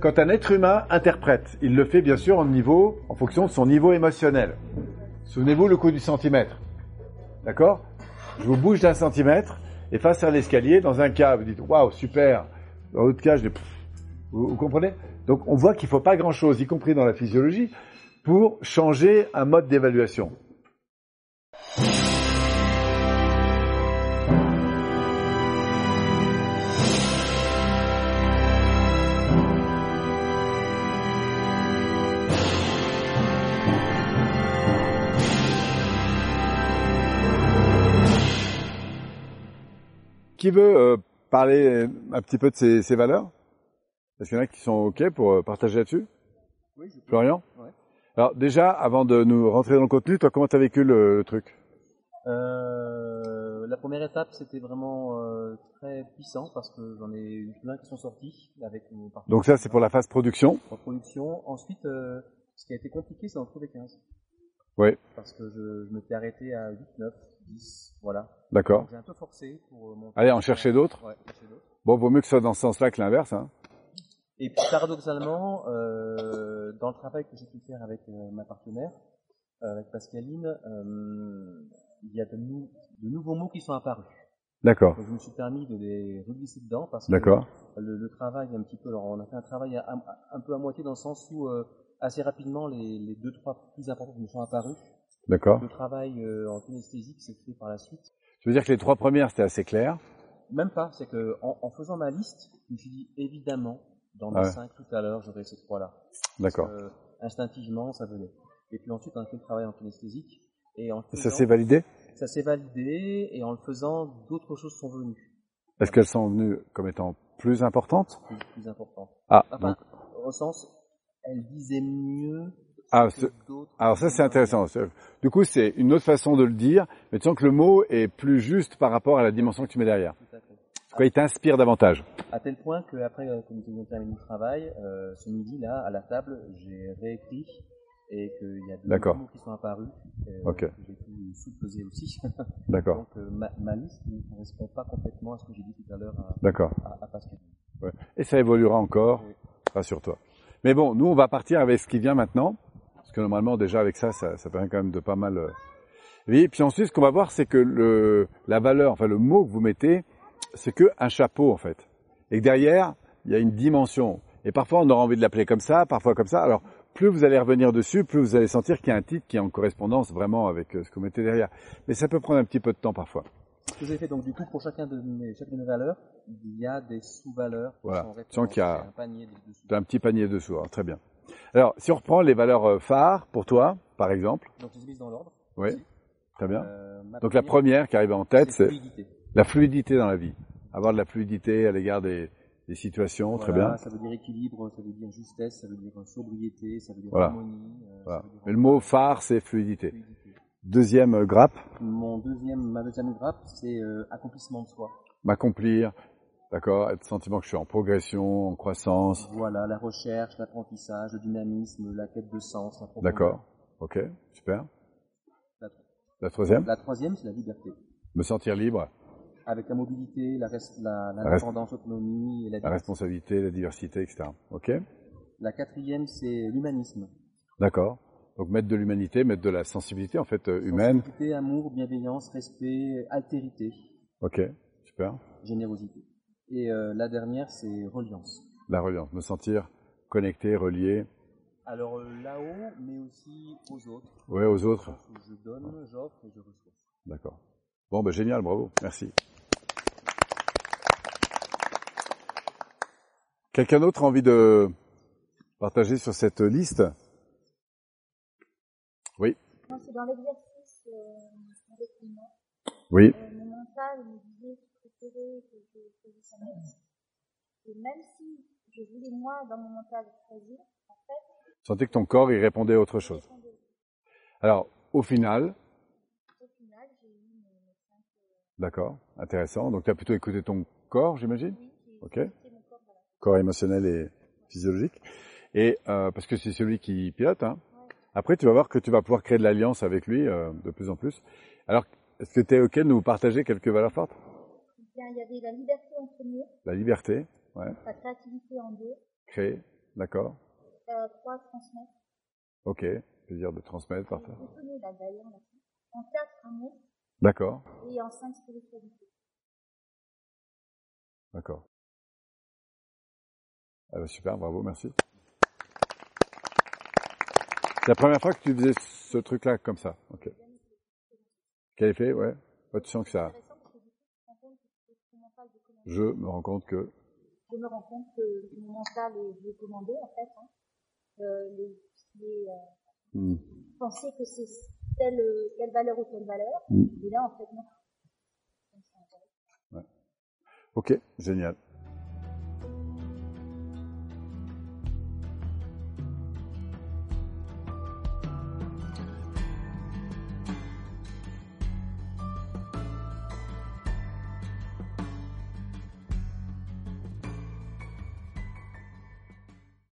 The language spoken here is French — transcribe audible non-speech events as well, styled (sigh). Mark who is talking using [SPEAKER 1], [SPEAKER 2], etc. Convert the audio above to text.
[SPEAKER 1] Quand un être humain interprète, il le fait bien sûr en niveau, en fonction de son niveau émotionnel. Souvenez-vous le coup du centimètre. D'accord Je vous bouge d'un centimètre et face à l'escalier, dans un cas, vous dites waouh, super. Dans l'autre cas, je dis, pff. vous, vous comprenez Donc on voit qu'il ne faut pas grand-chose, y compris dans la physiologie, pour changer un mode d'évaluation. Qui veut euh, parler un petit peu de ses, ses valeurs Est-ce qu'il y en a qui sont OK pour euh, partager là-dessus
[SPEAKER 2] Oui, je-
[SPEAKER 1] Florian
[SPEAKER 2] Ouais.
[SPEAKER 1] Alors déjà, avant de nous rentrer dans le contenu, toi, comment t'as vécu le, le truc
[SPEAKER 2] Euh, la première étape, c'était vraiment euh, très puissant parce que j'en ai eu plein qui sont sortis avec mon partenaire.
[SPEAKER 1] Donc ça, c'est pour la phase production.
[SPEAKER 2] en production. Ensuite, euh, ce qui a été compliqué, c'est d'en trouver 15.
[SPEAKER 1] Ouais.
[SPEAKER 2] Parce que je, je m'étais arrêté à 8, 9, 10, voilà.
[SPEAKER 1] D'accord.
[SPEAKER 2] J'ai un peu forcé pour euh, monter.
[SPEAKER 1] Allez, en chercher d'autres.
[SPEAKER 2] Ouais, chercher d'autres.
[SPEAKER 1] Bon, vaut mieux que ce soit dans ce sens-là que l'inverse. Hein.
[SPEAKER 2] Et puis, paradoxalement, euh, dans le travail que j'ai pu faire avec euh, ma partenaire, euh, avec Pascaline, euh, il y a de, nou- de nouveaux mots qui sont apparus.
[SPEAKER 1] D'accord.
[SPEAKER 2] Donc, je me suis permis de les reglisser dedans parce que
[SPEAKER 1] D'accord.
[SPEAKER 2] le, le travail un petit peu. Alors on a fait un travail à- à- un peu à moitié dans le sens où euh, assez rapidement les, les deux trois plus importants nous sont apparus.
[SPEAKER 1] D'accord.
[SPEAKER 2] Le travail euh, en kinesthésie qui s'est fait par la suite.
[SPEAKER 1] Je veux dire que les trois premières, c'était assez clair.
[SPEAKER 2] Même pas, c'est que en, en faisant ma liste, je me suis dit évidemment dans
[SPEAKER 1] Ah
[SPEAKER 2] mes
[SPEAKER 1] ouais.
[SPEAKER 2] cinq tout à l'heure j'aurai ces trois là.
[SPEAKER 1] D'accord.
[SPEAKER 2] euh, instinctivement ça venait. Et puis ensuite on a fait le travail en kinesthésique et en
[SPEAKER 1] Et
[SPEAKER 2] faisant,
[SPEAKER 1] ça s'est validé
[SPEAKER 2] ça s'est validé et en le faisant d'autres choses sont venues
[SPEAKER 1] Est-ce qu'elles sont venues comme étant plus importantes
[SPEAKER 2] plus, plus importantes.
[SPEAKER 1] Ah,
[SPEAKER 2] Enfin,
[SPEAKER 1] donc,
[SPEAKER 2] au sens, elle disait mieux
[SPEAKER 1] ah,
[SPEAKER 2] que
[SPEAKER 1] ce-
[SPEAKER 2] d'autres.
[SPEAKER 1] alors ça, c'est intéressant. C'est- Du coup, c'est une autre façon de le dire, mais tu sens que le mot est plus juste par rapport à la dimension que tu mets derrière.
[SPEAKER 2] Tout à fait.
[SPEAKER 1] Quoi, il t'inspire davantage.
[SPEAKER 2] À tel point qu'après, que nous avons terminé le travail, euh, ce midi, là, à la table, j'ai réécrit et qu'il y a des
[SPEAKER 1] D'accord.
[SPEAKER 2] mots qui sont apparus. euh,
[SPEAKER 1] Ok.
[SPEAKER 2] que J'ai pu sous-peser aussi. (laughs)
[SPEAKER 1] D'accord.
[SPEAKER 2] Donc, euh, ma, ma liste ne correspond pas complètement à ce que j'ai dit tout à l'heure à,
[SPEAKER 1] D'accord.
[SPEAKER 2] à, à Pascal.
[SPEAKER 1] Et ça évoluera encore,
[SPEAKER 2] Oui.
[SPEAKER 1] rassure-toi. Mais bon, nous, on va partir avec ce qui vient maintenant, parce que normalement, déjà, avec ça, ça, ça permet quand même de pas mal... euh, Et puis ensuite, ce qu'on va voir, c'est que le, la valeur, enfin le mot que vous mettez, c'est que un chapeau, en fait. Et que derrière, il y a une dimension. Et parfois, on aura envie de l'appeler comme ça, parfois comme ça. Alors, plus vous allez revenir dessus, plus vous allez sentir qu'il y a un titre qui est en correspondance vraiment avec euh, ce que vous mettez derrière. Mais ça peut prendre un petit peu de temps parfois.
[SPEAKER 2] Ce que j'ai fait, donc, du coup, pour chacun de mes, chacune de mes valeurs, il y a des sous-valeurs. qui
[SPEAKER 1] Voilà.
[SPEAKER 2] sont
[SPEAKER 1] Tu sens qu'il y a-
[SPEAKER 2] référencées, un panier de, de
[SPEAKER 1] T'as un petit panier dessous, alors, très bien. Alors, si on reprend les valeurs euh, phares pour toi, par exemple,
[SPEAKER 2] Donc, je les ai mises dans l'ordre.
[SPEAKER 1] Oui. très bien.
[SPEAKER 2] Euh, ma
[SPEAKER 1] Donc la première qui arrive en tête, c'est
[SPEAKER 2] fluidité.
[SPEAKER 1] la fluidité dans la vie. Avoir de la fluidité à l'égard des, des situations, très
[SPEAKER 2] Voilà,
[SPEAKER 1] bien.
[SPEAKER 2] Ça veut dire équilibre, ça veut dire justesse, ça veut dire sobriété, ça veut dire
[SPEAKER 1] Voilà.
[SPEAKER 2] harmonie. euh,
[SPEAKER 1] Voilà.
[SPEAKER 2] ça veut dire
[SPEAKER 1] Mais le mot phare, c'est fluidité.
[SPEAKER 2] fluidité.
[SPEAKER 1] Deuxième euh, grappe,
[SPEAKER 2] Mon deuxième, ma deuxième grappe, c'est euh, accomplissement de soi.
[SPEAKER 1] m'accomplir, d'accord, être sentiment que je suis en progression, en croissance,
[SPEAKER 2] Voilà, la recherche, l'apprentissage, le dynamisme, la quête de sens. la profondeur.
[SPEAKER 1] d'accord, ok, super.
[SPEAKER 2] La-
[SPEAKER 1] La troisième,
[SPEAKER 2] La troisième, c'est la liberté.
[SPEAKER 1] me sentir libre,
[SPEAKER 2] Avec la mobilité, la res- la-
[SPEAKER 1] La res-
[SPEAKER 2] l'indépendance, l'autonomie et la,
[SPEAKER 1] la
[SPEAKER 2] liberté.
[SPEAKER 1] responsabilité, la diversité, etc. Ok,
[SPEAKER 2] La quatrième, c'est l'humanisme.
[SPEAKER 1] d'accord. Donc mettre de l'humanité, mettre de la sensibilité en fait euh, humaine,
[SPEAKER 2] Sensibilité, amour, bienveillance, respect, altérité,
[SPEAKER 1] ok, super.
[SPEAKER 2] générosité. Et euh, la dernière, c'est reliance.
[SPEAKER 1] La reliance, me sentir connecté, relié,
[SPEAKER 2] Alors euh, là-haut, mais aussi aux autres.
[SPEAKER 1] ouais, aux autres,
[SPEAKER 2] Parce que Je donne, j'offre et je reçois.
[SPEAKER 1] D'accord. Bon, ben, génial, bravo, merci. Quelqu'un d'autre a envie de partager sur cette liste
[SPEAKER 3] Moi, c'est dans l'exercice euh, avec les mains.
[SPEAKER 1] Oui.
[SPEAKER 3] Euh, mon mental me disait qu'il préférait que je choisisse un autre. Et même si je voulais, moi, dans mon mental, choisir, en fait,
[SPEAKER 1] Sentais que ton corps y répondait à autre
[SPEAKER 3] je
[SPEAKER 1] chose.
[SPEAKER 3] répondais.
[SPEAKER 1] Alors, au final,
[SPEAKER 3] au final, j'ai eu mes mes cinq. euh,
[SPEAKER 1] d'accord, intéressant. Donc, tu as plutôt écouté ton corps, j'imagine
[SPEAKER 3] oui, j'ai
[SPEAKER 1] Ok.
[SPEAKER 3] écouté mon corps, voilà.
[SPEAKER 1] Corps émotionnel et physiologique. Et euh, parce que c'est celui qui pilote. Hein. Après, tu vas voir que tu vas pouvoir créer de l'alliance avec lui euh, de plus en plus. Alors, est-ce que tu es OK de nous partager quelques valeurs fortes
[SPEAKER 3] Bien, il y avait la liberté en premier,
[SPEAKER 1] La liberté,
[SPEAKER 3] la créativité en deux,
[SPEAKER 1] créer, D'accord.
[SPEAKER 3] Euh, trois, transmettre.
[SPEAKER 1] Ok. Plaisir de transmettre,
[SPEAKER 3] Et
[SPEAKER 1] partage.
[SPEAKER 3] on connaît, là, d'ailleurs, là-dessus. En quatre, amour.
[SPEAKER 1] D'accord.
[SPEAKER 3] Et en cinq, spiritualité.
[SPEAKER 1] D'accord. Ah bah super, bravo, merci. C'est la première fois que tu faisais ce truc-là comme ça. Ok. Quel effet, ouais. Ouais, tu sens que
[SPEAKER 3] C'est
[SPEAKER 1] ça.
[SPEAKER 3] intéressant parce que du coup, tu te rends compte que ton mental est commandé.
[SPEAKER 1] Je me rends compte que.
[SPEAKER 3] Je me rends compte que mon mental est est commandé, en fait. Hein. Euh, les, les, euh,
[SPEAKER 1] Hmm.
[SPEAKER 3] penser que c'est telle, euh, telle valeur ou telle valeur.
[SPEAKER 1] Mm.
[SPEAKER 3] Et là, en fait, non.
[SPEAKER 1] Ok, génial.